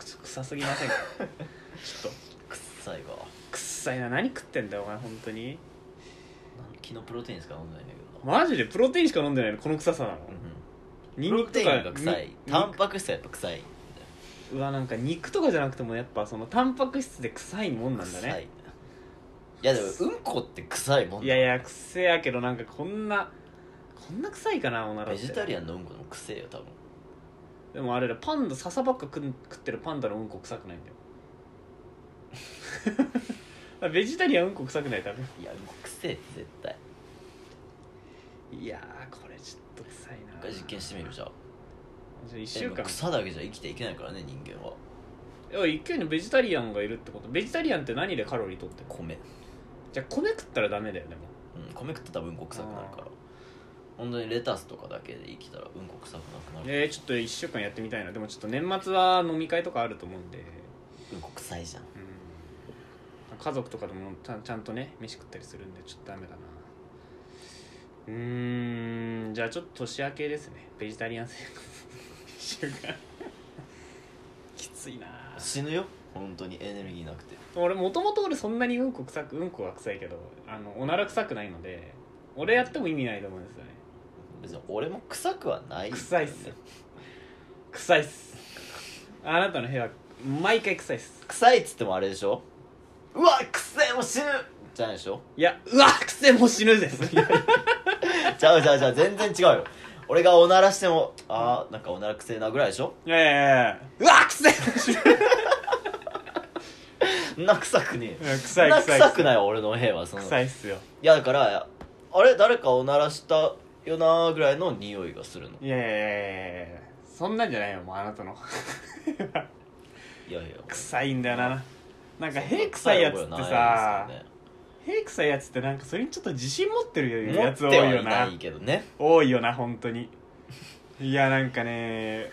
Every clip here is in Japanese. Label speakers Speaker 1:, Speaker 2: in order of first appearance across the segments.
Speaker 1: すぎませんか ちょっと
Speaker 2: くっさいわ
Speaker 1: くっさいな何食ってんだよお前本当に
Speaker 2: なん昨日プロテインしか飲んでないんだけどな
Speaker 1: マジでプロテインしか飲んでないのこの臭さなの
Speaker 2: うん、
Speaker 1: ニ
Speaker 2: プ
Speaker 1: ンニ
Speaker 2: ロ
Speaker 1: ク
Speaker 2: テ
Speaker 1: と
Speaker 2: イン
Speaker 1: か
Speaker 2: が臭い
Speaker 1: に
Speaker 2: タンパク質がやっぱ臭い
Speaker 1: にうわなんか肉とかじゃなくてもやっぱそのタンパク質で臭いもんなんだ
Speaker 2: 臭い
Speaker 1: ね
Speaker 2: いやでもうんこって臭いもんだ
Speaker 1: いやいやくせやけどなんかこんなこんな臭いかなおならっ
Speaker 2: ベ
Speaker 1: て
Speaker 2: ジタリアンのうんこでも臭えよ多分
Speaker 1: でもあれだパンダ笹ばっか食ん食ってるパンダのうんこ臭くないんだよあ ベジタリアンうんこ臭くない多分
Speaker 2: いやうんこ臭えって絶対
Speaker 1: いやーこれちょっと臭いな
Speaker 2: 一回実験してみるじゃあ
Speaker 1: 1週
Speaker 2: で
Speaker 1: 間
Speaker 2: も草だけじゃ生きていけないからね人間はい
Speaker 1: や一回にベジタリアンがいるってことベジタリアンって何でカロリー取ってるの
Speaker 2: 米、
Speaker 1: じゃあ米食ったらダメだよねも
Speaker 2: うん、米食ってたらうんこ臭くなるから本当にレタスとかだけで生きたらうんこ臭くな
Speaker 1: う
Speaker 2: くなる
Speaker 1: えー、ちょっと1週間やってみたいなでもちょっと年末は飲み会とかあると思うんで、
Speaker 2: うんこ臭いじゃん
Speaker 1: うん、家族とかでもちゃんちゃんとね飯食ったりするんでちょっとダメだなうーんじゃあちょっと年明けですねベジタリアン生活1週間きついな
Speaker 2: 死ぬよ本当にエネルギーなくて
Speaker 1: 俺もともと俺そんなにうんこ臭くうんこは臭いけどあのおなら臭くないので俺やっても意味ないと思うんですよね
Speaker 2: 別に俺も臭くはないんだよね、
Speaker 1: 臭いっすよ臭いっすあなたの部屋毎回臭いっす
Speaker 2: 臭いっつってもあれでしょうわ臭いもう死ぬじゃないでしょ
Speaker 1: いやうわ臭 いもう死ぬです
Speaker 2: ちゃうちゃうちゃう全然違うよ俺がおならしてもあーなんかおなら臭いなぐらいでしょ
Speaker 1: いやいやいやうわ臭いもう死ぬ
Speaker 2: そんな臭くねえ
Speaker 1: うん臭い
Speaker 2: そんな
Speaker 1: 臭い
Speaker 2: 臭くないよ俺の部屋はその
Speaker 1: 臭いっすよ
Speaker 2: いやだからあれ誰かおならしたよなーぐらいの匂いがするの
Speaker 1: いやいやいやいやいやそんなんじゃないよもうあなたの
Speaker 2: いやいや
Speaker 1: 臭いんだよななんか屁臭いやつってさ屁臭いやつってなんかそれにちょっと自信持ってる
Speaker 2: 持
Speaker 1: や
Speaker 2: っ
Speaker 1: つ
Speaker 2: て
Speaker 1: 多
Speaker 2: はい
Speaker 1: よ
Speaker 2: い
Speaker 1: な
Speaker 2: ないけどね
Speaker 1: 多いよな本当にいやなんかね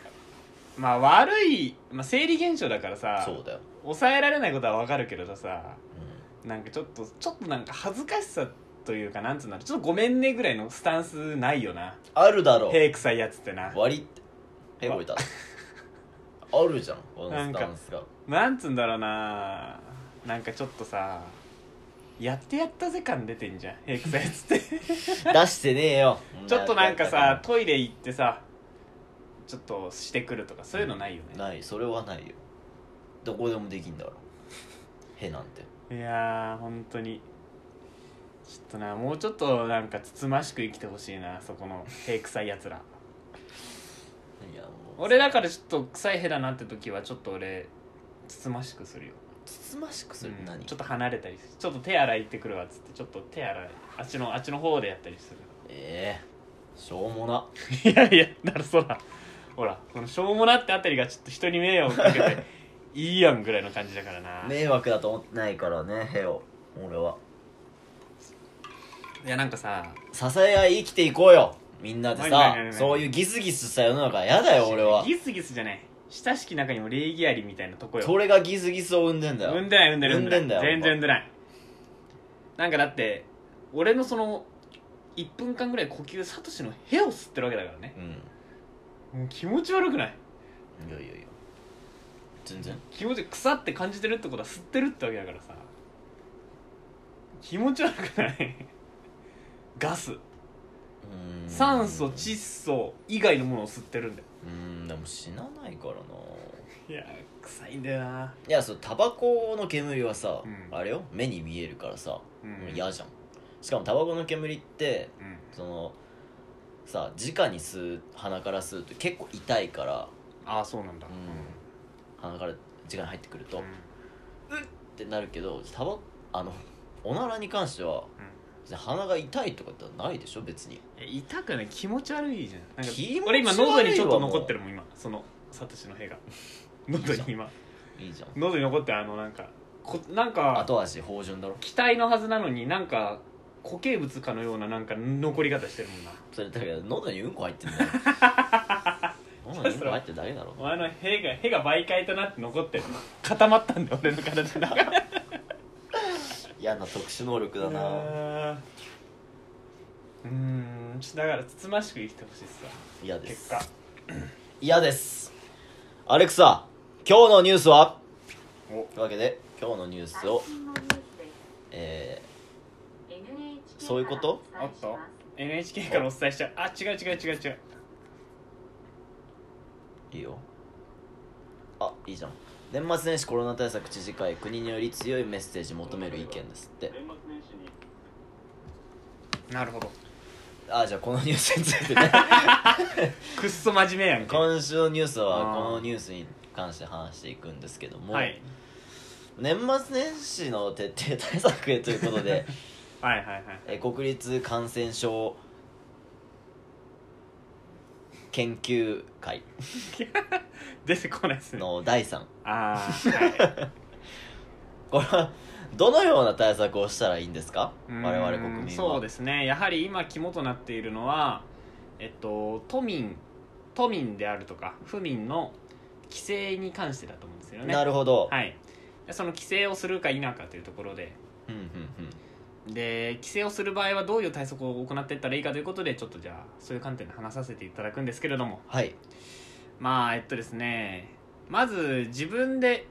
Speaker 1: まあ悪い、まあ、生理現象だからさ
Speaker 2: そうだよ、
Speaker 1: 抑えられないことはわかるけどさ
Speaker 2: う、
Speaker 1: なんかちょっとちょっとなんか恥ずかしさというかなんつうんだろうちょっとごめんねぐらいのスタンスないよなん
Speaker 2: あるだろう
Speaker 1: 屁臭いやつってな
Speaker 2: 割って屁こいたあるじゃんこのスタンスが
Speaker 1: なんつうんだろうななんかちょっとさやってやったぜ感出てんじゃん屁臭いやつって
Speaker 2: 出してねえよ
Speaker 1: ちょっとなんかさトイレ行ってさちょっとしてくるとかそういうのないよね、
Speaker 2: ないそれはないよどこでもできんだから屁なんて
Speaker 1: いやー本当にちょっとなもうちょっとなんかつつましく生きてほしいなそこの屁臭いやつら
Speaker 2: いやもう
Speaker 1: 俺だからちょっと臭い屁だなって時はちょっと俺つつましくするよ、
Speaker 2: つつましくする、
Speaker 1: うん
Speaker 2: 何
Speaker 1: ちょっと離れたりするちょっと手洗い行ってくるわっつってちょっと手洗いあっちのあっちの方でやったりす
Speaker 2: ええしょうもない
Speaker 1: るいやいやだからそらほらこのしょうもなってあたりがちょっと人に迷惑かけ ていいやんぐらいの感じだからな、
Speaker 2: 迷惑だと思ってないからね屁を俺はい
Speaker 1: やなんかさ
Speaker 2: 支え合い生きていこうよみんなで
Speaker 1: 何
Speaker 2: さ
Speaker 1: 何何何
Speaker 2: そういうギスギスした世の中やだよ俺は
Speaker 1: ギスギスじゃない親しき中にも礼儀ありみたいなとこよ
Speaker 2: それがギスギスを生んでんだよ
Speaker 1: 産んでない産んでない
Speaker 2: 産んでんだよ
Speaker 1: 全然産んでないなんかだって俺のその1分間ぐらい呼吸サトシの屁を吸ってるわけだからね
Speaker 2: うん
Speaker 1: もう気持ち悪くない
Speaker 2: いやいやいや全然
Speaker 1: 気持ち腐って感じてるってことは吸ってるってわけだからさ気持ち悪くない ガス
Speaker 2: うーん
Speaker 1: 酸素窒素以外のものを吸ってるんだよ
Speaker 2: うーんでも死なないからない
Speaker 1: やー臭いんだよない
Speaker 2: やそうタバコの煙はさ、
Speaker 1: うん
Speaker 2: あれよ目に見えるからさ
Speaker 1: うん
Speaker 2: 嫌、じゃんしかもタバコの煙って
Speaker 1: うん
Speaker 2: そのさ直に吸う鼻から吸うと結構痛いから
Speaker 1: ああそうなんだ
Speaker 2: うん鼻から直に入ってくると、
Speaker 1: うん
Speaker 2: ってなるけどタバあの おならに関しては、別に鼻が痛いとかってないでしょ別に
Speaker 1: いや痛くない気持ち悪いじゃんなんか
Speaker 2: 気持ち悪いわ
Speaker 1: 俺今喉にちょっと残ってるもん今そのサトシの屁 が喉に今
Speaker 2: いいじゃん
Speaker 1: 喉に残ってるあのなんかこなんか
Speaker 2: 後味芳醇だろ
Speaker 1: 気体のはずなのになんか固形物かのようななんか残り方してるもんな
Speaker 2: それだけど喉にうんこ入 ってんだよ喉にうんこ入ってるだけだろ
Speaker 1: お前の屁が屁が媒介となって残ってる固まったんだよ俺の体の中
Speaker 2: 嫌な特殊能力だな
Speaker 1: なうーんちょっとだからつつましく生きてほしいっすわ
Speaker 2: 嫌で
Speaker 1: 結
Speaker 2: す
Speaker 1: 果
Speaker 2: 嫌ですアレクサ今日のニュースは
Speaker 1: お
Speaker 2: というわけで今日のニュースを
Speaker 3: 最、新のニュースです
Speaker 2: え
Speaker 3: NHK
Speaker 2: そういうこと
Speaker 3: からお伝えします
Speaker 1: あ NHK からお伝えしちゃうあ違う違う違う違う
Speaker 2: ーいいよあいいじゃん年末年始コロナ対策知事会国により強いメッセージ求める意見ですって
Speaker 4: 年末年始に
Speaker 1: なるほど
Speaker 2: あじゃあこのニュースについ てね
Speaker 1: くっそ真面目やんけ
Speaker 2: 今週のニュースは
Speaker 1: あ
Speaker 2: こ
Speaker 1: ー
Speaker 2: のニュースに関して話していくんですけども、
Speaker 1: はい、
Speaker 2: 年末年始の徹底対策へというこ とで
Speaker 1: はいはいはい
Speaker 2: えー国立感染症研究会
Speaker 1: 出てこないですね
Speaker 2: の第3
Speaker 1: ああはい
Speaker 2: これはどのような対策をしたらいいんですか
Speaker 1: う
Speaker 2: 我
Speaker 1: ーん
Speaker 2: 々国民は
Speaker 1: そうですねやはり今肝となっているのはえっと都民都民であるとか府民の規制に関してだと思うんですよね
Speaker 2: なるほど、
Speaker 1: はいでその規制をするか否かというところで
Speaker 2: うんうんうん
Speaker 1: で規制をする場合はどういう対策を行っていったらいいかということでちょっとじゃあそういう観点で話させていただくんですけれども
Speaker 2: はい
Speaker 1: まあえっとですねまず自分で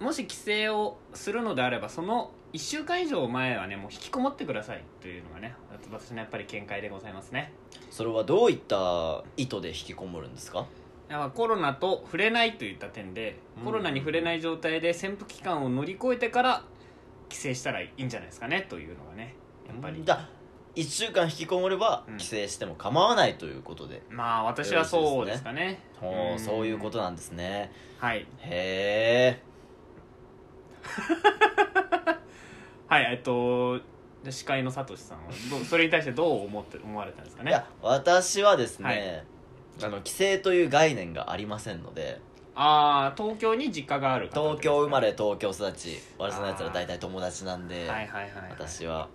Speaker 1: もし帰省をするのであればその1週間以上前はねもう引きこもってくださいというのがね私のやっぱり見解でございますね
Speaker 2: それはどういった意図で引きこもるんですか
Speaker 1: だからコロナと触れないといった点で
Speaker 2: うん
Speaker 1: コロナに触れない状態で潜伏期間を乗り越えてから帰省したらいいんじゃないですかねというのがねやっぱり
Speaker 2: だ1週間引きこもれば
Speaker 1: うん
Speaker 2: 帰省しても構わないということで、
Speaker 1: まあ私はそうですかね
Speaker 2: ほう
Speaker 1: うん
Speaker 2: そういうことなんですね
Speaker 1: はい
Speaker 2: へえ
Speaker 1: はいえっとじゃあ司会のさとしさんはどうそれに対してどう思って思われたんですか
Speaker 2: い
Speaker 1: ね
Speaker 2: や私はですね、
Speaker 1: はい
Speaker 2: あの帰省という概念がありませんので
Speaker 1: ああ東京に実家がある方
Speaker 2: 東京生ま
Speaker 1: れ
Speaker 2: れ東京育ち私のやつら大体友達なんで、
Speaker 1: はいはいはい、はい、
Speaker 2: 私は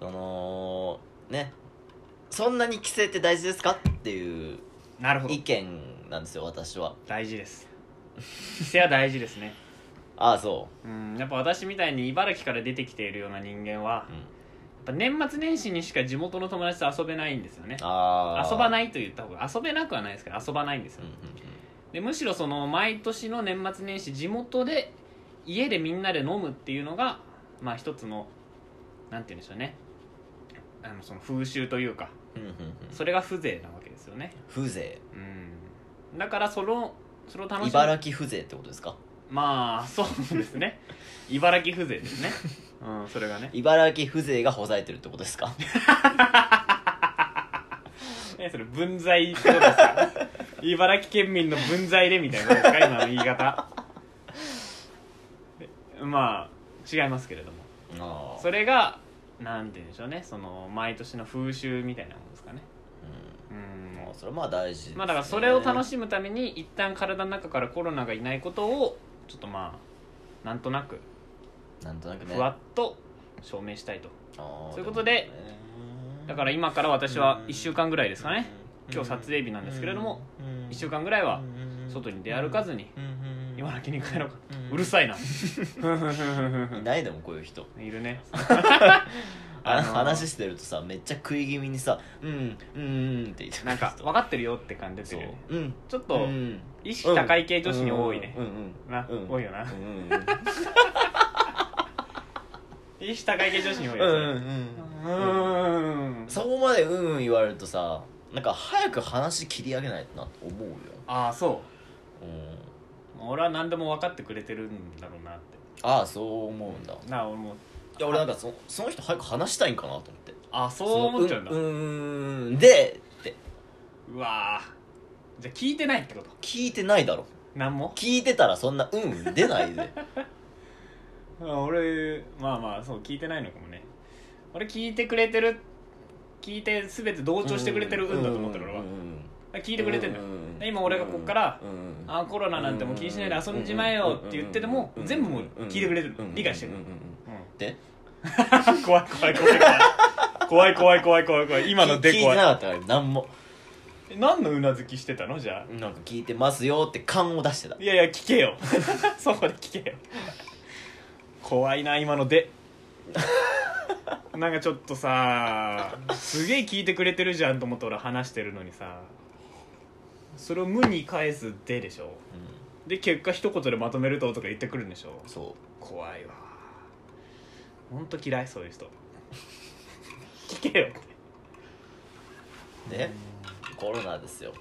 Speaker 2: そのねそんなに帰省って大事ですかっていう
Speaker 1: なるほど
Speaker 2: 意見なんですよ私は
Speaker 1: 大事です帰省は大事ですね
Speaker 2: ああそ
Speaker 1: うんやっぱ私みたいに茨城から出てきているような人間は
Speaker 2: う、うん、
Speaker 1: やっぱ年末年始にしか地元の友達と遊べないんですよね
Speaker 2: ああ
Speaker 1: 遊ば
Speaker 2: い、
Speaker 1: ないと言った方が遊べなくはないですけど遊ばないんです
Speaker 2: う
Speaker 1: よ、
Speaker 2: んうん
Speaker 1: でむしろその毎年の年末年始地元で家でみんなで飲むっていうのがまあ一つのなんて言うんでしょうねあのその風習というか
Speaker 2: うんうんうんうん、
Speaker 1: それが風情なわけですよね
Speaker 2: 風
Speaker 1: うんだからそのそれを楽
Speaker 2: 情
Speaker 1: しむ
Speaker 2: 茨城風情ってことですか
Speaker 1: まあそうです ね茨城風情ですねうんそれがね
Speaker 2: 茨城風情がほざいてるってことですか
Speaker 1: えそれ分際ってことですか茨城県民の分際でみたいなことですか今の言い方えまあ違いますけれども
Speaker 2: ああ、
Speaker 1: それがなんて言うんでしょうねその毎年の風習みたいなものですかねうん
Speaker 2: うん、それはまあ大事ですね、
Speaker 1: まあだからそれを楽しむために一旦体の中からコロナがいないことをちょっとまあなんとなく
Speaker 2: なんとなくね
Speaker 1: ふわっと証明したいと、
Speaker 2: そ
Speaker 1: そういうことでだから今から私は1週間ぐらいですかね、今日撮影日なんですけれども、1週間ぐらいは外に出歩かずに茨城に帰ろうか、うるさいな
Speaker 2: いないでもこういう人
Speaker 1: いるね
Speaker 2: あ
Speaker 1: あのー
Speaker 2: 話してるとさめっちゃ食い気味にさ「うんうんうん」って言って
Speaker 1: なんか分かってるよって感じです
Speaker 2: そう
Speaker 1: よね
Speaker 2: うん
Speaker 1: ちょっと
Speaker 2: うん
Speaker 1: 意識高い系女子に多いね、
Speaker 2: うんうん
Speaker 1: な
Speaker 2: うん
Speaker 1: 多いよな
Speaker 2: うんうん
Speaker 1: 意識高い系女子に多いよ
Speaker 2: う
Speaker 1: ね
Speaker 2: ん
Speaker 1: う
Speaker 2: うんうん
Speaker 1: ーん
Speaker 2: そこまで「うんうん」言われるとさなんか早く話切り上げないとなと思うよ
Speaker 1: ああそう
Speaker 2: うん
Speaker 1: 俺は何でも分かってくれてるんだろうなっ
Speaker 2: ああそう思うんだ
Speaker 1: てなあ俺も
Speaker 2: いや俺なんかそその人早く話したいんかなと思って
Speaker 1: あそう思っちゃうんだ、
Speaker 2: そのうんうんうんでって
Speaker 1: うわーじゃあ聞いてないってこと
Speaker 2: 聞いてないだろ
Speaker 1: 何も
Speaker 2: 聞いてたらそんな「うんうん」出ないで
Speaker 1: あ俺まあまあそう聞いてないのかもね俺聞いてくれてる聞いて全て同調してくれてる運だと思ってる俺は
Speaker 2: うんうんうん
Speaker 1: 聞いてくれてんのよ
Speaker 2: うん
Speaker 1: 今俺がこっから
Speaker 2: うんうん
Speaker 1: あーコロナなんてもう気にしないで遊んじまえよって言ってても
Speaker 2: うんうん
Speaker 1: 全部もう聞いてくれてる
Speaker 2: うんうん
Speaker 1: 理解してる
Speaker 2: うんうんうん
Speaker 1: う
Speaker 2: で
Speaker 1: ん怖い怖い怖い怖い怖い怖い怖い怖い怖い今ので
Speaker 2: 聞いて
Speaker 1: 怖
Speaker 2: ないかったから何も
Speaker 1: え何のうなずきしてたのじゃ
Speaker 2: なんか聞いてますよって感を出してた
Speaker 1: あいやいや聞けよ そこで聞けよ怖いな今のでなんかちょっとさすげえ聞いてくれてるじゃんと思って俺話してるのにさそれを無に返す「で」でしょ
Speaker 2: う
Speaker 1: で結果一言でまとめるととか言ってくるんでしょ
Speaker 2: そ
Speaker 1: 怖いわほんと嫌いそういう人聞けよ
Speaker 2: うでコロナですよ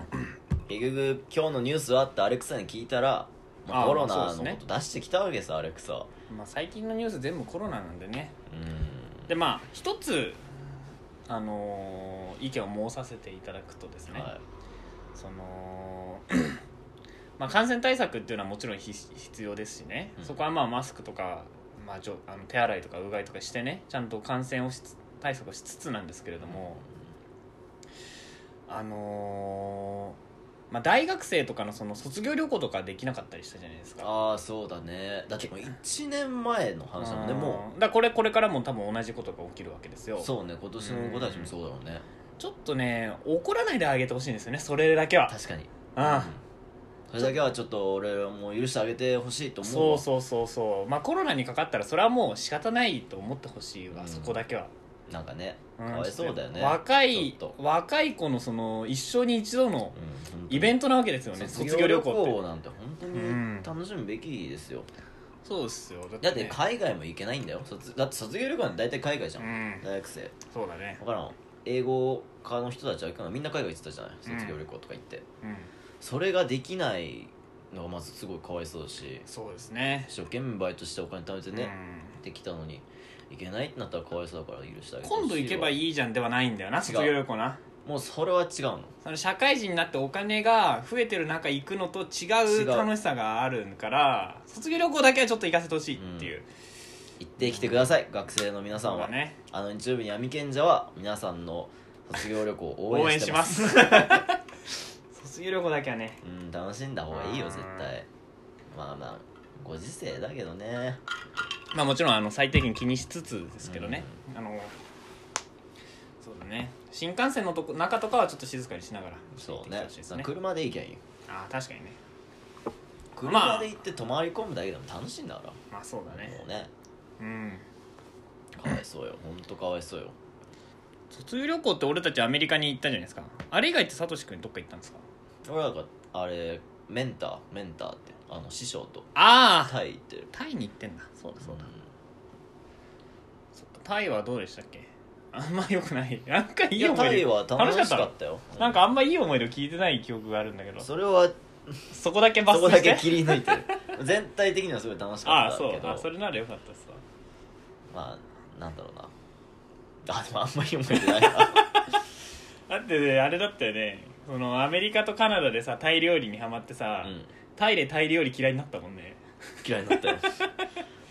Speaker 2: 結局今日のニュースはってアレクサに聞いたら、まあ
Speaker 1: あー
Speaker 2: コロ
Speaker 1: そうで
Speaker 2: ナ
Speaker 1: す
Speaker 2: の
Speaker 1: ね
Speaker 2: こと出してきたわけさ、アレクサ
Speaker 1: まあ最近のニュース全部コロナなんでね
Speaker 2: うん
Speaker 1: でまあ一つあのー意見を申させていただくとですね、
Speaker 2: は
Speaker 1: その まあ感染対策っていうのはもちろん必必要ですしね、
Speaker 2: うん
Speaker 1: そこはまあマスクとか、まあ、じょあの手洗いとかうがいとかしてねちゃんと感染をしつ対策をしつつなんですけれど
Speaker 2: い
Speaker 1: も、あのーまあ、大学生とかのその卒業旅行とかできなかったりしたじゃないですか。
Speaker 2: ああそうだねだってもう1年前の話だもんねも
Speaker 1: うんだからこれこれからも多分同じことが起きるわけですよ
Speaker 2: うそうね今年の子たちもそうだもんね
Speaker 1: ちょっとね怒らないであげてほしいんですよねそれだけは
Speaker 2: 確かに
Speaker 1: あ
Speaker 2: うんそれだけはちょっと俺はもう許してあげてほしいと思う
Speaker 1: そう
Speaker 2: う
Speaker 1: そうそうそうまあコロナにかかったらそれはもう仕方ないと思ってほしいわ、
Speaker 2: うん
Speaker 1: そこだけは、
Speaker 2: なんかね
Speaker 1: う
Speaker 2: か
Speaker 1: ん
Speaker 2: わいそうだよね
Speaker 1: 若い
Speaker 2: ちょっと
Speaker 1: 若い子のその一生に一度のイベ
Speaker 2: ン
Speaker 1: ントなわけですよ
Speaker 2: ト
Speaker 1: ね
Speaker 2: 卒
Speaker 1: 卒業
Speaker 2: 業
Speaker 1: 旅
Speaker 2: 旅
Speaker 1: 行って
Speaker 2: 行なんて本当
Speaker 1: うん
Speaker 2: に楽しむべきですよ
Speaker 1: そうですよだっ
Speaker 2: だって
Speaker 1: ね
Speaker 2: 海外も行けないんだよ卒だって卒業旅行なんて大体海外じゃ
Speaker 1: うんん
Speaker 2: 大学生
Speaker 1: そうだね
Speaker 2: 分からん英語科の人たちは行くのみんな海外行ってたじゃない
Speaker 1: うん
Speaker 2: 卒業旅行とか行って
Speaker 1: うん
Speaker 2: それができないのがまずすごいかわいそうだし
Speaker 1: そうですね
Speaker 2: 一生懸命バイトしてお金貯めて
Speaker 1: う
Speaker 2: ね
Speaker 1: ん
Speaker 2: できたのに行けないってなったらかわいそうだから許してあげて
Speaker 1: 今度行けば
Speaker 2: い
Speaker 1: いいじゃんではないんだよな卒業旅行な
Speaker 2: もうそれは違うの
Speaker 1: その社会人になってお金が増えてる中行くのと違う
Speaker 2: 違う
Speaker 1: 楽しさがあるから卒業旅行だけはちょっと行かせてほしいっていう、
Speaker 2: 行ってきてください学生の皆さん
Speaker 1: そうだ
Speaker 2: は、
Speaker 1: ね
Speaker 2: あの日曜日に闇賢者は皆さんの卒業旅行を応
Speaker 1: 応援
Speaker 2: 援し
Speaker 1: してて
Speaker 2: ま
Speaker 1: ますす 卒業旅行だけはね
Speaker 2: うん楽しんだ方がいいよ絶対まあまあご時世だけどね
Speaker 1: まあもちろんあの最低限気にしつつですけどね、あのそうだね新幹線のとこ中とかはちょっと静かにしながら
Speaker 2: そう
Speaker 1: 行って
Speaker 2: ね
Speaker 1: きてほしいですね
Speaker 2: 車で行けばいいよ
Speaker 1: ああ確かにねま
Speaker 2: 車
Speaker 1: あ
Speaker 2: で行って泊まり込むだけでも楽しいんだから、
Speaker 1: まあそうだね
Speaker 2: もうね
Speaker 1: うん
Speaker 2: かわいそうよほんとかわいそうよ
Speaker 1: 卒業旅行って俺たちアメリカに行ったじゃないですかあれ以外ってサトシ君どっか行ったんですか
Speaker 2: 俺なんかあれメンターメンターってあの師匠と
Speaker 1: ああ
Speaker 2: タイ行ってる
Speaker 1: タイに行ってんだそうだそうだ、
Speaker 2: ん
Speaker 1: そっかタイはどうでしたっけあんま良くない なんかい
Speaker 2: い
Speaker 1: い
Speaker 2: や
Speaker 1: 思い
Speaker 2: タ
Speaker 1: 出
Speaker 2: イは楽しかったよ
Speaker 1: なんかあんまいい思い出を聞いてない記憶があるんだけど
Speaker 2: うん
Speaker 1: そ
Speaker 2: それは
Speaker 1: こだけ抜
Speaker 2: そ
Speaker 1: 粋
Speaker 2: こだ
Speaker 1: して
Speaker 2: け切り抜 いてる全体的にはすごい楽し
Speaker 1: あ
Speaker 2: か
Speaker 1: あ
Speaker 2: った
Speaker 1: そう
Speaker 2: けど
Speaker 1: あそれならよかったっすわ
Speaker 2: まあなんだろうなあでもあんまり思い出ないな
Speaker 1: だってねあれだったよねそのアメリカとカナダでさタイ料理にハマってさ、
Speaker 2: うん
Speaker 1: タイでタイ料理嫌いになったもんね
Speaker 2: 嫌いになったよ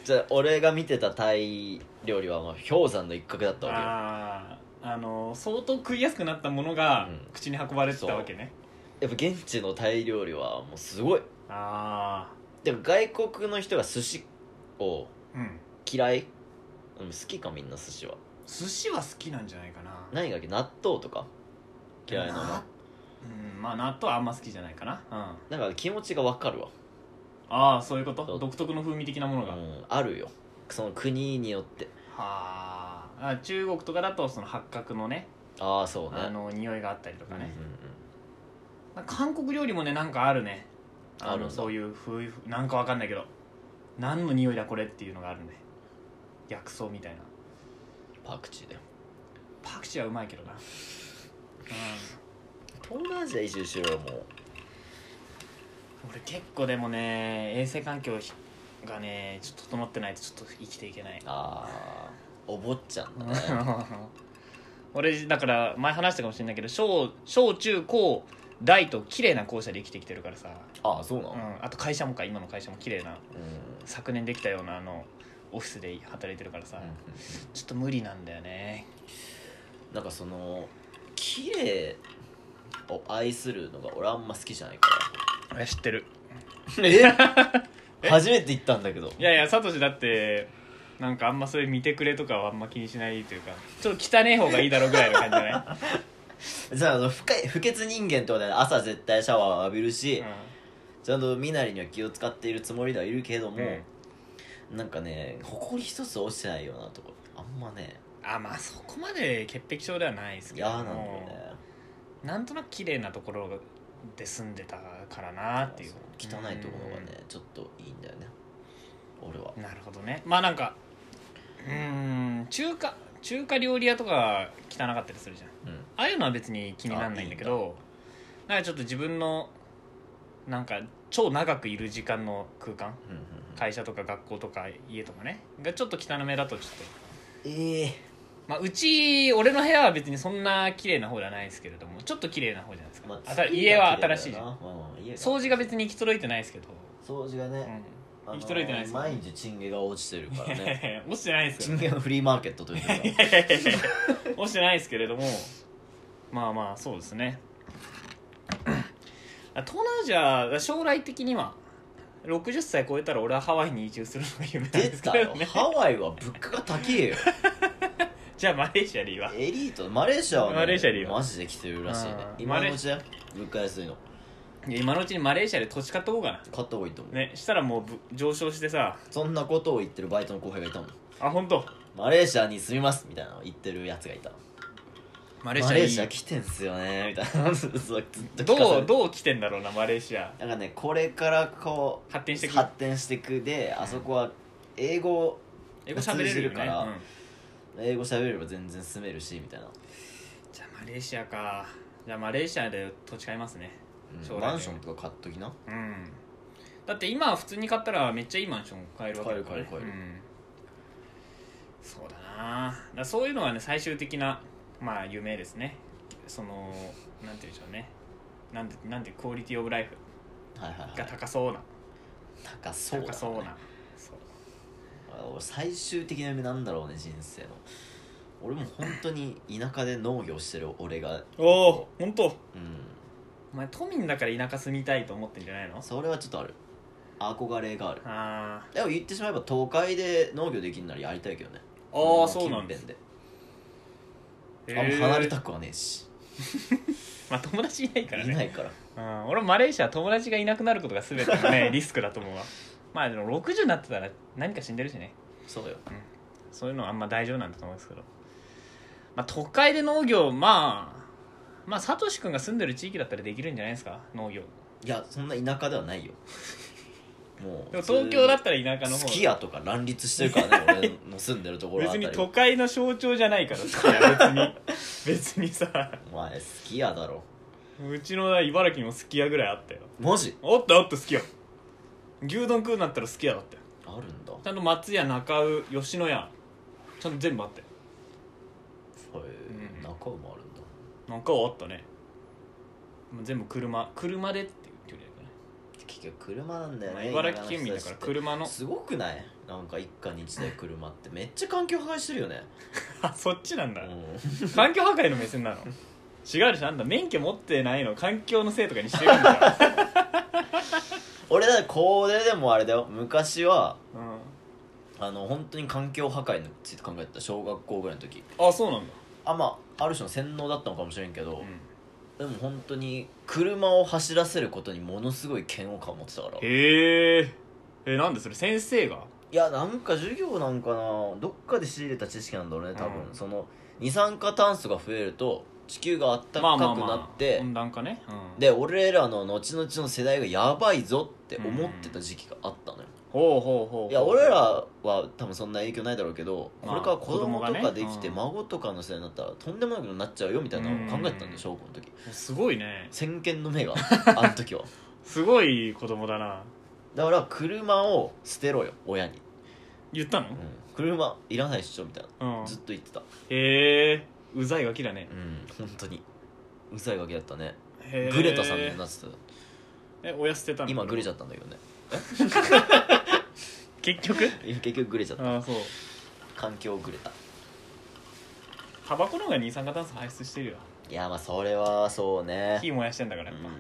Speaker 2: じゃあ俺が見てたタイ料理はもう氷山の一角だったわ
Speaker 1: あああの相当食いやすくなったものが
Speaker 2: うん
Speaker 1: 口に運ばれてたわけね、
Speaker 2: けよやっぱ現地のタイ料理はもうすごい
Speaker 1: ああ
Speaker 2: でも外国の人が寿司を
Speaker 1: うん
Speaker 2: 嫌いうん好きかみんな寿司は
Speaker 1: 寿司は好きなんじゃないかな
Speaker 2: 何が納豆とか嫌いなの
Speaker 1: なうんまあ納豆はあんま好きじゃないかな、うん、
Speaker 2: なんか気持ちがわかるわ、
Speaker 1: ああそういうこ
Speaker 2: そ
Speaker 1: と
Speaker 2: う
Speaker 1: 独特の風味的なものが、
Speaker 2: う
Speaker 1: は
Speaker 2: ん、あるよその国によって
Speaker 1: ああ中国とかだとその八角のね
Speaker 2: ああそうね
Speaker 1: あの匂いがあったりと
Speaker 2: う
Speaker 1: か
Speaker 2: んうんう
Speaker 1: ね
Speaker 2: ん、
Speaker 1: なんか韓国料理もねなんかあるねあ
Speaker 2: あるん
Speaker 1: の
Speaker 2: だ
Speaker 1: そういう風なんかわかんないけど何の匂いだこれっていうのがあるね薬草みたいな
Speaker 2: パクチーだよ
Speaker 1: パクチーはうまいけどな、うん、
Speaker 2: 東南アジア移住しろよもう
Speaker 1: 俺結構でもね衛生環境ひがねちょっと整ってないとちょっと生きていけない
Speaker 2: ああお坊ちゃんだね
Speaker 1: 俺だから前話したかもしれないけど小小中高大と綺麗な校舎で生きてきてるからさ、
Speaker 2: ああそうなの
Speaker 1: う、ん、あと会社もか今の会社も綺麗な
Speaker 2: うん
Speaker 1: 昨年できたようなあのオフィスで働いてるからさ、ちょっと無理なんだよね
Speaker 2: なんかその綺麗を愛するのが俺あんま好きじゃないか
Speaker 1: 俺知ってる
Speaker 2: ら え初めて言ったんだけど
Speaker 1: いやいやサトシだってなんかあんまそれ見てくれとかはあんま気にしないというかちょっと汚え方がいいだろうぐらいの感じじゃな
Speaker 2: じゃああの不快不潔人間ってことはね朝絶対シャワーを浴びるし、
Speaker 1: い、
Speaker 2: ちゃんと身なりには気を使っているつもりではいるけども、
Speaker 1: う
Speaker 2: なんかね埃一つ落ちてないようなとこあんまね
Speaker 1: ん、あまあそこまで潔癖症ではないですけ
Speaker 2: 嫌
Speaker 1: ど
Speaker 2: なんだよね
Speaker 1: なんとなく綺麗なところで住んでたからなっていう
Speaker 2: その汚いところがね、ちょっといいんだよね俺は
Speaker 1: うんなるほどねまあなんかうーん中華中華料理屋とか汚かったりするじゃん
Speaker 2: うん
Speaker 1: ああいうのは別に気にならないんだけどなんかちょっと自分のなんか超長くいる時間の空間
Speaker 2: うんうんうん
Speaker 1: 会社とか学校とか家とかねがちょっと汚めだとちょっと
Speaker 2: ええ
Speaker 1: まあ、うち俺の部屋は別にそんな綺麗な方じゃないですけれどもちょっと綺麗な方じゃないですか、
Speaker 2: ま
Speaker 1: あ
Speaker 2: あ
Speaker 1: た家は新しいじゃん
Speaker 2: うんうん家が
Speaker 1: 掃除が別に行き届いてないですけど、
Speaker 2: 掃除が
Speaker 1: う
Speaker 2: ね、
Speaker 1: ん
Speaker 2: あの
Speaker 1: 行き届いてないですよ
Speaker 2: 毎日チンゲが落ちてるから
Speaker 1: いや
Speaker 2: ね
Speaker 1: いや落ちてないです
Speaker 2: チ
Speaker 1: よ
Speaker 2: ンゲのフリーマーケットというか
Speaker 1: いやいやいやいや落ちてないですけれどもまあまあそうですねあ東南アジア将来的には60歳超えたら俺はハワイに移住するのが夢なん
Speaker 2: 出
Speaker 1: ですけ
Speaker 2: た
Speaker 1: ど
Speaker 2: よ
Speaker 1: ね
Speaker 2: ハワイは物価が高えよ
Speaker 1: じゃあマレーシアでいいわ
Speaker 2: エリートマレーシアは、ね、
Speaker 1: マレーシアでいいよ
Speaker 2: マジで来てるらしいね
Speaker 1: うん
Speaker 2: 今のうちだよ物価安いの
Speaker 1: いや今のうちにマレーシアで土地買っとこうかな
Speaker 2: 買った方がいいと思う、
Speaker 1: ねしたらもうぶ上昇してさ
Speaker 2: そんなことを言ってるバイトの後輩がいたもん
Speaker 1: あ本当
Speaker 2: マレーシアに住みますみたいなの言ってるやつがいた
Speaker 1: マ
Speaker 2: マ
Speaker 1: レ
Speaker 2: レ
Speaker 1: ー
Speaker 2: ー
Speaker 1: シ
Speaker 2: シ
Speaker 1: ア
Speaker 2: ア
Speaker 1: いい
Speaker 2: 来てんすよねみたいな ずっと聞かさ
Speaker 1: ど
Speaker 2: れ
Speaker 1: う
Speaker 2: て
Speaker 1: どう来てんだろうなマレーシア
Speaker 2: なんかねこれからこう
Speaker 1: 発展してく
Speaker 2: 発展してくであそこは英語
Speaker 1: 英語喋れるよね
Speaker 2: 通じるから
Speaker 1: うん
Speaker 2: 英語喋れば全然住めるしみたいな、
Speaker 1: じゃあマレーシアかじゃあマレーシアで土地買いますね
Speaker 2: うん
Speaker 1: 将来的に
Speaker 2: マンションとか買っときな
Speaker 1: うんだって今普通に買ったらめっちゃいいマンション買えるわけだから、ね、
Speaker 2: 買える買える買え
Speaker 1: うんそうだなだからそういうのはね最終的なまあ夢ですねそのなんて言うんでしょうねなんてなんてクオリティオブライフ
Speaker 2: はいはい
Speaker 1: が
Speaker 2: はい
Speaker 1: 高そうな、
Speaker 2: 高そうだ、
Speaker 1: 高
Speaker 2: ね、
Speaker 1: そうなそう
Speaker 2: あ俺最終的な夢なんだろうね人生の俺も本当に田舎で農業してる俺が
Speaker 1: おお本当
Speaker 2: うん
Speaker 1: お前都民だから田舎住みたいと思ってんじゃないの
Speaker 2: それはちょっとある憧れがある
Speaker 1: あ
Speaker 2: でも言ってしまえば都会で農業できるならやりたいけどね
Speaker 1: あああそうなん
Speaker 2: で
Speaker 1: です
Speaker 2: で、
Speaker 1: す
Speaker 2: あんま離れた
Speaker 1: へ
Speaker 2: くはねえし
Speaker 1: ーまあ友達いないから
Speaker 2: い
Speaker 1: ね
Speaker 2: ないから
Speaker 1: うん、俺もマレーシアは友達がいなくなることが全ての ねリスクだと思うわまあでも60になってたら何か死んでるしね
Speaker 2: そうよ
Speaker 1: そういうのはあんま大丈夫なんだと思うんですけど、まあ、都会で農業まあまあサトシ君が住んでる地域だったらできるんじゃないですか農業
Speaker 2: いやそんな田舎ではないよもう
Speaker 1: でも東京だったら田舎の
Speaker 2: ス
Speaker 1: 方
Speaker 2: キヤとか乱立してる からね俺の住んでるところあ
Speaker 1: 別
Speaker 2: たり
Speaker 1: に都会の象徴じゃないから好き や別に別にさ
Speaker 2: お前スキヤだろ
Speaker 1: うちのな茨城にもすき家ぐらいあったよ
Speaker 2: マジ
Speaker 1: あったあった好きや牛丼食うんだったら好きやだったよ
Speaker 2: あるんだへ
Speaker 1: ちゃんと松屋中尾吉野家ちゃんと全部あったよ
Speaker 2: え
Speaker 1: うん
Speaker 2: 中尾もあるんだ
Speaker 1: 中尾あったねもう全部車車でっていう距離だか
Speaker 2: 結局車なんだ
Speaker 1: ら
Speaker 2: よ
Speaker 1: ね、まあ
Speaker 2: ね
Speaker 1: 茨城県民だ
Speaker 2: 田
Speaker 1: か
Speaker 2: 舎
Speaker 1: ら
Speaker 2: の人たちって
Speaker 1: 車の
Speaker 2: すごくないなんか一家に一台車ってめっちゃ環境破壊してるよね、
Speaker 1: あ そっちなん
Speaker 2: う
Speaker 1: だ
Speaker 2: ん、
Speaker 1: 環境破壊の目線なの違うでしょあんた免許持ってないの環境のせいとかにしてるんだ よ、
Speaker 2: 俺だってこれでもあれだよ昔は
Speaker 1: う
Speaker 2: あの本当に環境破壊について考えてた小学校ぐらいの時
Speaker 1: ん、あそうなんだ、
Speaker 2: あまあある種の洗脳だったのかもしれんけど、
Speaker 1: うん
Speaker 2: でも本当に車を走らせることにものすごい嫌悪感を持ってたからい
Speaker 1: へええなんでそれ先生が
Speaker 2: やなんか授業なんかなどっかで仕入れた知識なんだろうね多分、
Speaker 1: うん
Speaker 2: その二酸化炭素が増えると地球があったかくなって、
Speaker 1: 温暖化ね、うん、
Speaker 2: で俺らの後々の世代がやばいぞって思ってた時期があったのよ、
Speaker 1: ほうほうほう
Speaker 2: いや俺らは多分そんな影響ないだろうけど、
Speaker 1: まあ
Speaker 2: これから子
Speaker 1: 子供
Speaker 2: 供
Speaker 1: が
Speaker 2: と
Speaker 1: ね
Speaker 2: かできて
Speaker 1: うん
Speaker 2: 孫とかの世代になったらとんでもなくなっちゃうよみたいなのを考えてたん
Speaker 1: うん
Speaker 2: で小学校の時
Speaker 1: すごいね
Speaker 2: 先見の 目があの時は
Speaker 1: すごい子供だな
Speaker 2: だから車を捨てろよ親に、
Speaker 1: 言ったの
Speaker 2: うん、車いらないっしょみたいな
Speaker 1: うん
Speaker 2: ずっと言ってた
Speaker 1: へえうざいガキだね
Speaker 2: うん本当にうざいガキだったね
Speaker 1: へー
Speaker 2: グレタさんになってた
Speaker 1: え親捨てたの
Speaker 2: 今グレち
Speaker 1: ゃ
Speaker 2: ゃったんだけどね
Speaker 1: 結 局
Speaker 2: 結局グレちゃった
Speaker 1: ああそう
Speaker 2: 環境グレた
Speaker 1: タバコの方が二酸化炭素排出してるよ
Speaker 2: いやまあそれはそうね
Speaker 1: 火燃やしてんだからやっぱ
Speaker 2: うん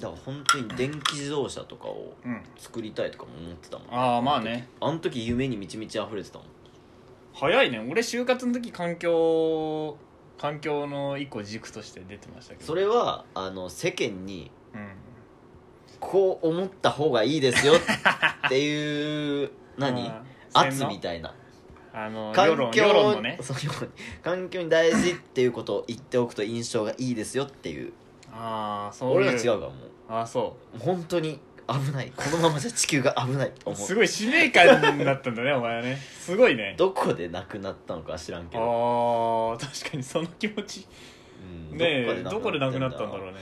Speaker 2: だから本当に電気自動車とかを
Speaker 1: うん、
Speaker 2: 作りたいとかも思ってたもん
Speaker 1: ああまあね
Speaker 2: あの時夢に満ち満ち溢れてたもん
Speaker 1: 早いね俺就活の時環境環境の一個軸として出てましたけど
Speaker 2: それはあの世間に
Speaker 1: うん
Speaker 2: こう思 った方がいいですよっていう何
Speaker 1: あー
Speaker 2: 圧みたいな
Speaker 1: あの世
Speaker 2: 環
Speaker 1: 論
Speaker 2: 境
Speaker 1: 世論のね
Speaker 2: そう世論環境に大事っていうことを言っておくと印象がいいですよっていう
Speaker 1: ああそう
Speaker 2: 俺
Speaker 1: いう
Speaker 2: ら違うからもう
Speaker 1: ああそ
Speaker 2: もう本当に危ないこのままじゃ地球が危ないと
Speaker 1: う
Speaker 2: 思う
Speaker 1: すごい使命感になったんだねお前はねすごいね
Speaker 2: どこで亡くなったのかは知らんけ
Speaker 1: あ
Speaker 2: ど、
Speaker 1: ー確かにその気持ち
Speaker 2: うん
Speaker 1: ねえどこでなくなったんだ
Speaker 2: う
Speaker 1: ろうね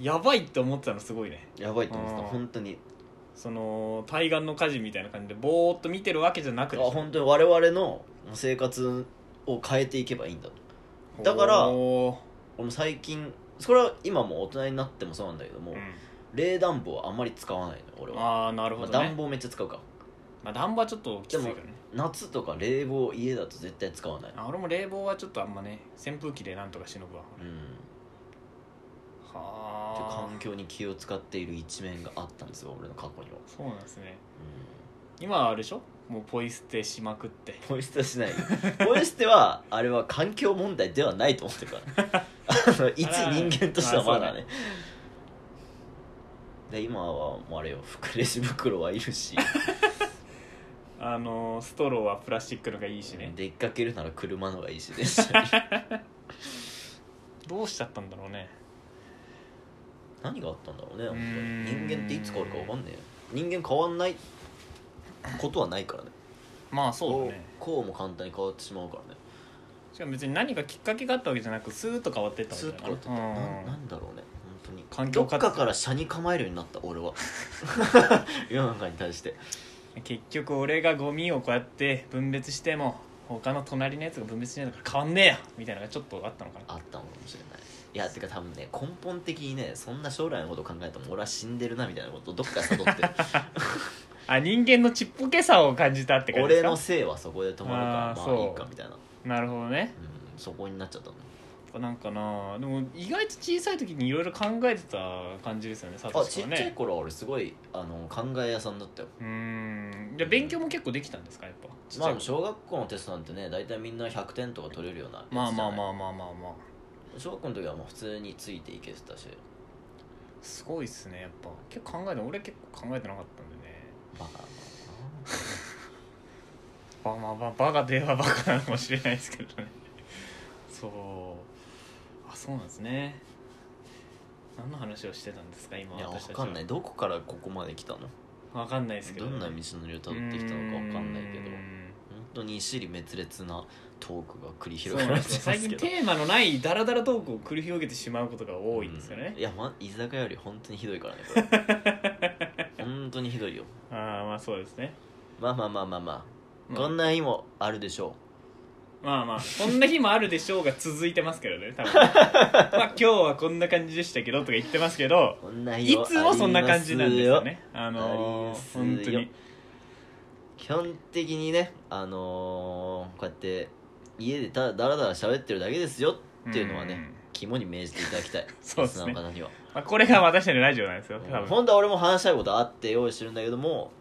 Speaker 1: やばいって思ってたのすごいね
Speaker 2: やばいと思って
Speaker 1: あ
Speaker 2: た
Speaker 1: ー
Speaker 2: 本当に
Speaker 1: その対岸の火事みたいな感じでぼーっと見てるわけじゃな
Speaker 2: あ
Speaker 1: くて
Speaker 2: 本当に我々の生活を変えていけばいいんだとだから
Speaker 1: おー
Speaker 2: 俺も最近それは今もう大人になってもそうなんだけども、
Speaker 1: うん
Speaker 2: 冷暖房はあんまり使わないの俺は、
Speaker 1: ああなる
Speaker 2: ま
Speaker 1: ほ
Speaker 2: あ、
Speaker 1: ど
Speaker 2: 暖
Speaker 1: ね
Speaker 2: 房めっちゃ使うか
Speaker 1: まあ暖房はちょっときついからね
Speaker 2: 夏とか冷房家だと絶対使わない
Speaker 1: あ俺も冷房はちょっとあんまね扇風機でなんとかしのぐわ
Speaker 2: うんっていう
Speaker 1: はあ
Speaker 2: 環境に気を使っている一面があったんですよ俺の過去には、
Speaker 1: そうなんですね
Speaker 2: う
Speaker 1: 今はあれでしょもうポイ捨てしまくって
Speaker 2: ん、ポイ捨てはしないよポイ捨てはあれは環境問題ではないと思ってるから あの一人間としてはまだねで今はもうあれよ福レジ袋はいるし、
Speaker 1: あのーストローはプラスチックのがいいしね、
Speaker 2: 出っかけるなら車のがいいし 電車より
Speaker 1: どうしちゃったんだろうね
Speaker 2: 何があったんだろうね本当
Speaker 1: うーん
Speaker 2: に人間っていつ変わるか分かんねえよ人間変わんないことはないからね
Speaker 1: まあそうだね
Speaker 2: こうこうも簡単に変わってしまうからね
Speaker 1: しかも別に何かきっかけがあったわけじゃなくスーッと変わってったわけ
Speaker 2: ずっ
Speaker 1: だ
Speaker 2: と
Speaker 1: から
Speaker 2: 変わってたななんだろうね本当に
Speaker 1: 環
Speaker 2: ど
Speaker 1: 境
Speaker 2: っ
Speaker 1: 活
Speaker 2: かから車に構えるようになった 俺は世の中に対して
Speaker 1: うん結局俺がゴミをこうやって分別しても他の隣のやつが分別しないから変わんねえよみたいなのがちょっとあったのかな
Speaker 2: あったのかもしれないいやてか多分ね根本的にねそんな将来のこと考えても俺は死んでるなみたいなことをどっか悟 ってる
Speaker 1: あ人間のちっぽけさを感じたって感じで
Speaker 2: 俺
Speaker 1: すか
Speaker 2: のせいはそこで止ま
Speaker 1: あ
Speaker 2: る
Speaker 1: ー
Speaker 2: からま
Speaker 1: そう
Speaker 2: あいいかみたいな、うん、
Speaker 1: なるほどね
Speaker 2: そこになっちゃったの
Speaker 1: なんかなでも意外と小さい時にいろいろ考えてた感じですよねサト
Speaker 2: あ
Speaker 1: シ
Speaker 2: ち
Speaker 1: は
Speaker 2: っ
Speaker 1: ね
Speaker 2: ちゃい頃は俺すごいあの考え屋さんだったよ
Speaker 1: うーんじゃあ勉強も結構できたんですかやっぱちっち
Speaker 2: ま
Speaker 1: ゃい
Speaker 2: あ
Speaker 1: 頃
Speaker 2: 小学校のテストなんてね大体みんな100点とか取れるようなやつじゃ
Speaker 1: ま
Speaker 2: な
Speaker 1: あ
Speaker 2: い
Speaker 1: まあまあまあまあまあ
Speaker 2: 小学校の時はもう普通についていけてたし
Speaker 1: すごいっすねやっぱ結構考えて俺結構考えてなかったんでね
Speaker 2: バカだな
Speaker 1: まあまあまあバカではバカなのかもしれないですけどねそうあそうなんですね何の話をしてたんですか今
Speaker 2: いやわ
Speaker 1: 私たち
Speaker 2: か
Speaker 1: は
Speaker 2: んないどこからここまで来たの
Speaker 1: わかんないですけど
Speaker 2: ど
Speaker 1: ね、
Speaker 2: んな道のりをたどってきたのかわかんないけ
Speaker 1: う
Speaker 2: ど
Speaker 1: ー
Speaker 2: 本
Speaker 1: ん
Speaker 2: 当に一り滅裂なトークが繰り
Speaker 1: そう
Speaker 2: 広
Speaker 1: なん
Speaker 2: げら
Speaker 1: で
Speaker 2: れて
Speaker 1: すよ
Speaker 2: ま
Speaker 1: 最
Speaker 2: すけ
Speaker 1: 近
Speaker 2: ど
Speaker 1: テーマのないダラダラトークを繰り広げてしまうことが多いんですよね
Speaker 2: うん、いや、ま、居酒屋より本当にひどいからねこ れ本当にひどいよ
Speaker 1: ああまあそうですね、
Speaker 2: まあまあまあまあまあ、
Speaker 1: まあ
Speaker 2: こんな日もあるでしょ
Speaker 1: まあまあこんな日もあるでしょうが続いてますけどね 多分まあ今日はこんな感じでしたけどとか言ってますけど
Speaker 2: うこんな日
Speaker 1: い
Speaker 2: も
Speaker 1: つもそんな感じなんですよねあ
Speaker 2: りますよ
Speaker 1: のー、
Speaker 2: あり
Speaker 1: 本
Speaker 2: ます
Speaker 1: 当
Speaker 2: よ
Speaker 1: に
Speaker 2: 基本的にねあのーこうやって家でただだらだら喋ってるだけですよっていうのはね、
Speaker 1: うん
Speaker 2: 肝に銘じていただきたい
Speaker 1: そうですね
Speaker 2: リスナーの方には
Speaker 1: まあ、これが私たちのラジオなんですよ多分、
Speaker 2: 本当は俺も話したいことあって用意してるんだけども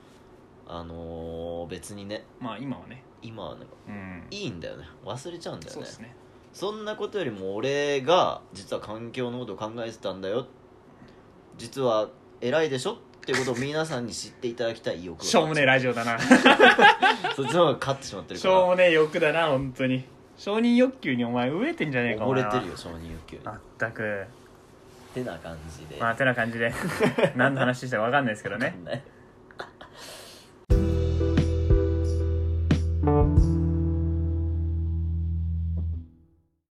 Speaker 2: あのー別にね
Speaker 1: まあ今はね
Speaker 2: 今はなんか
Speaker 1: うん
Speaker 2: いいんだよね忘れちゃうんだよ
Speaker 1: そう
Speaker 2: ね
Speaker 1: ですね
Speaker 2: そんなことよりも俺が実は環境のことを考えてたんだよ実は偉いでしょっていうことを皆さんに知っていただきたい意欲が
Speaker 1: しょうもねえラジオだな
Speaker 2: そっちの方が勝ってしまってる
Speaker 1: し
Speaker 2: か
Speaker 1: ょう
Speaker 2: ら
Speaker 1: もねえ欲だな本当に承認欲求にお前飢えてんじゃねえかお前
Speaker 2: 溺れ
Speaker 1: は
Speaker 2: てるよ承認欲求に
Speaker 1: まったく
Speaker 2: てな感じで
Speaker 1: まあてな感じで何の話したか分かんないですけど
Speaker 2: わ
Speaker 1: ね
Speaker 2: かんない